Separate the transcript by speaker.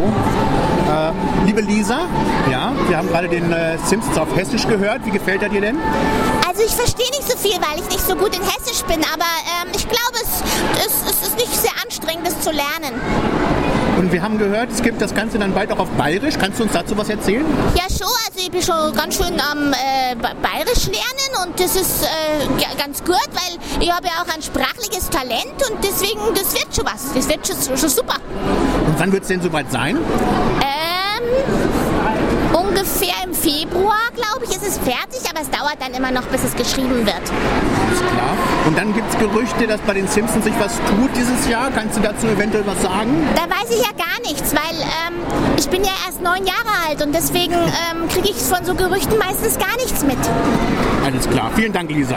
Speaker 1: Äh, liebe Lisa. Ja, wir haben gerade den äh, Simpsons auf Hessisch gehört. Wie gefällt er dir denn?
Speaker 2: Also ich verstehe nicht so viel, weil ich nicht so gut in Hessisch bin, aber ähm, ich glaube, es, es, es ist nicht sehr anstrengend, das zu lernen.
Speaker 1: Und wir haben gehört, es gibt das Ganze dann bald auch auf Bayerisch. Kannst du uns dazu was erzählen?
Speaker 2: Ja, schon. Also ich bin schon ganz schön am äh, Ba- Bayerisch lernen und das ist äh, g- ganz gut, weil ich habe ja auch ein sprachliches Talent und deswegen, das wird schon was. Das wird schon, schon super.
Speaker 1: Und wann wird es denn soweit sein?
Speaker 2: Ähm, ungefähr im Februar, glaube ich, ist es fertig, aber es dauert dann immer noch, bis es geschrieben wird.
Speaker 1: Ist klar. Und dann gibt es Gerüchte, dass bei den Simpsons sich was tut dieses Jahr. Kannst du dazu eventuell was sagen?
Speaker 2: Da weiß ich ja gar nichts, weil ähm, ich bin ja erst neun Jahre alt und deswegen ähm, kriege ich von so Gerüchten meistens gar nichts mit.
Speaker 1: Alles klar. Vielen Dank, Lisa.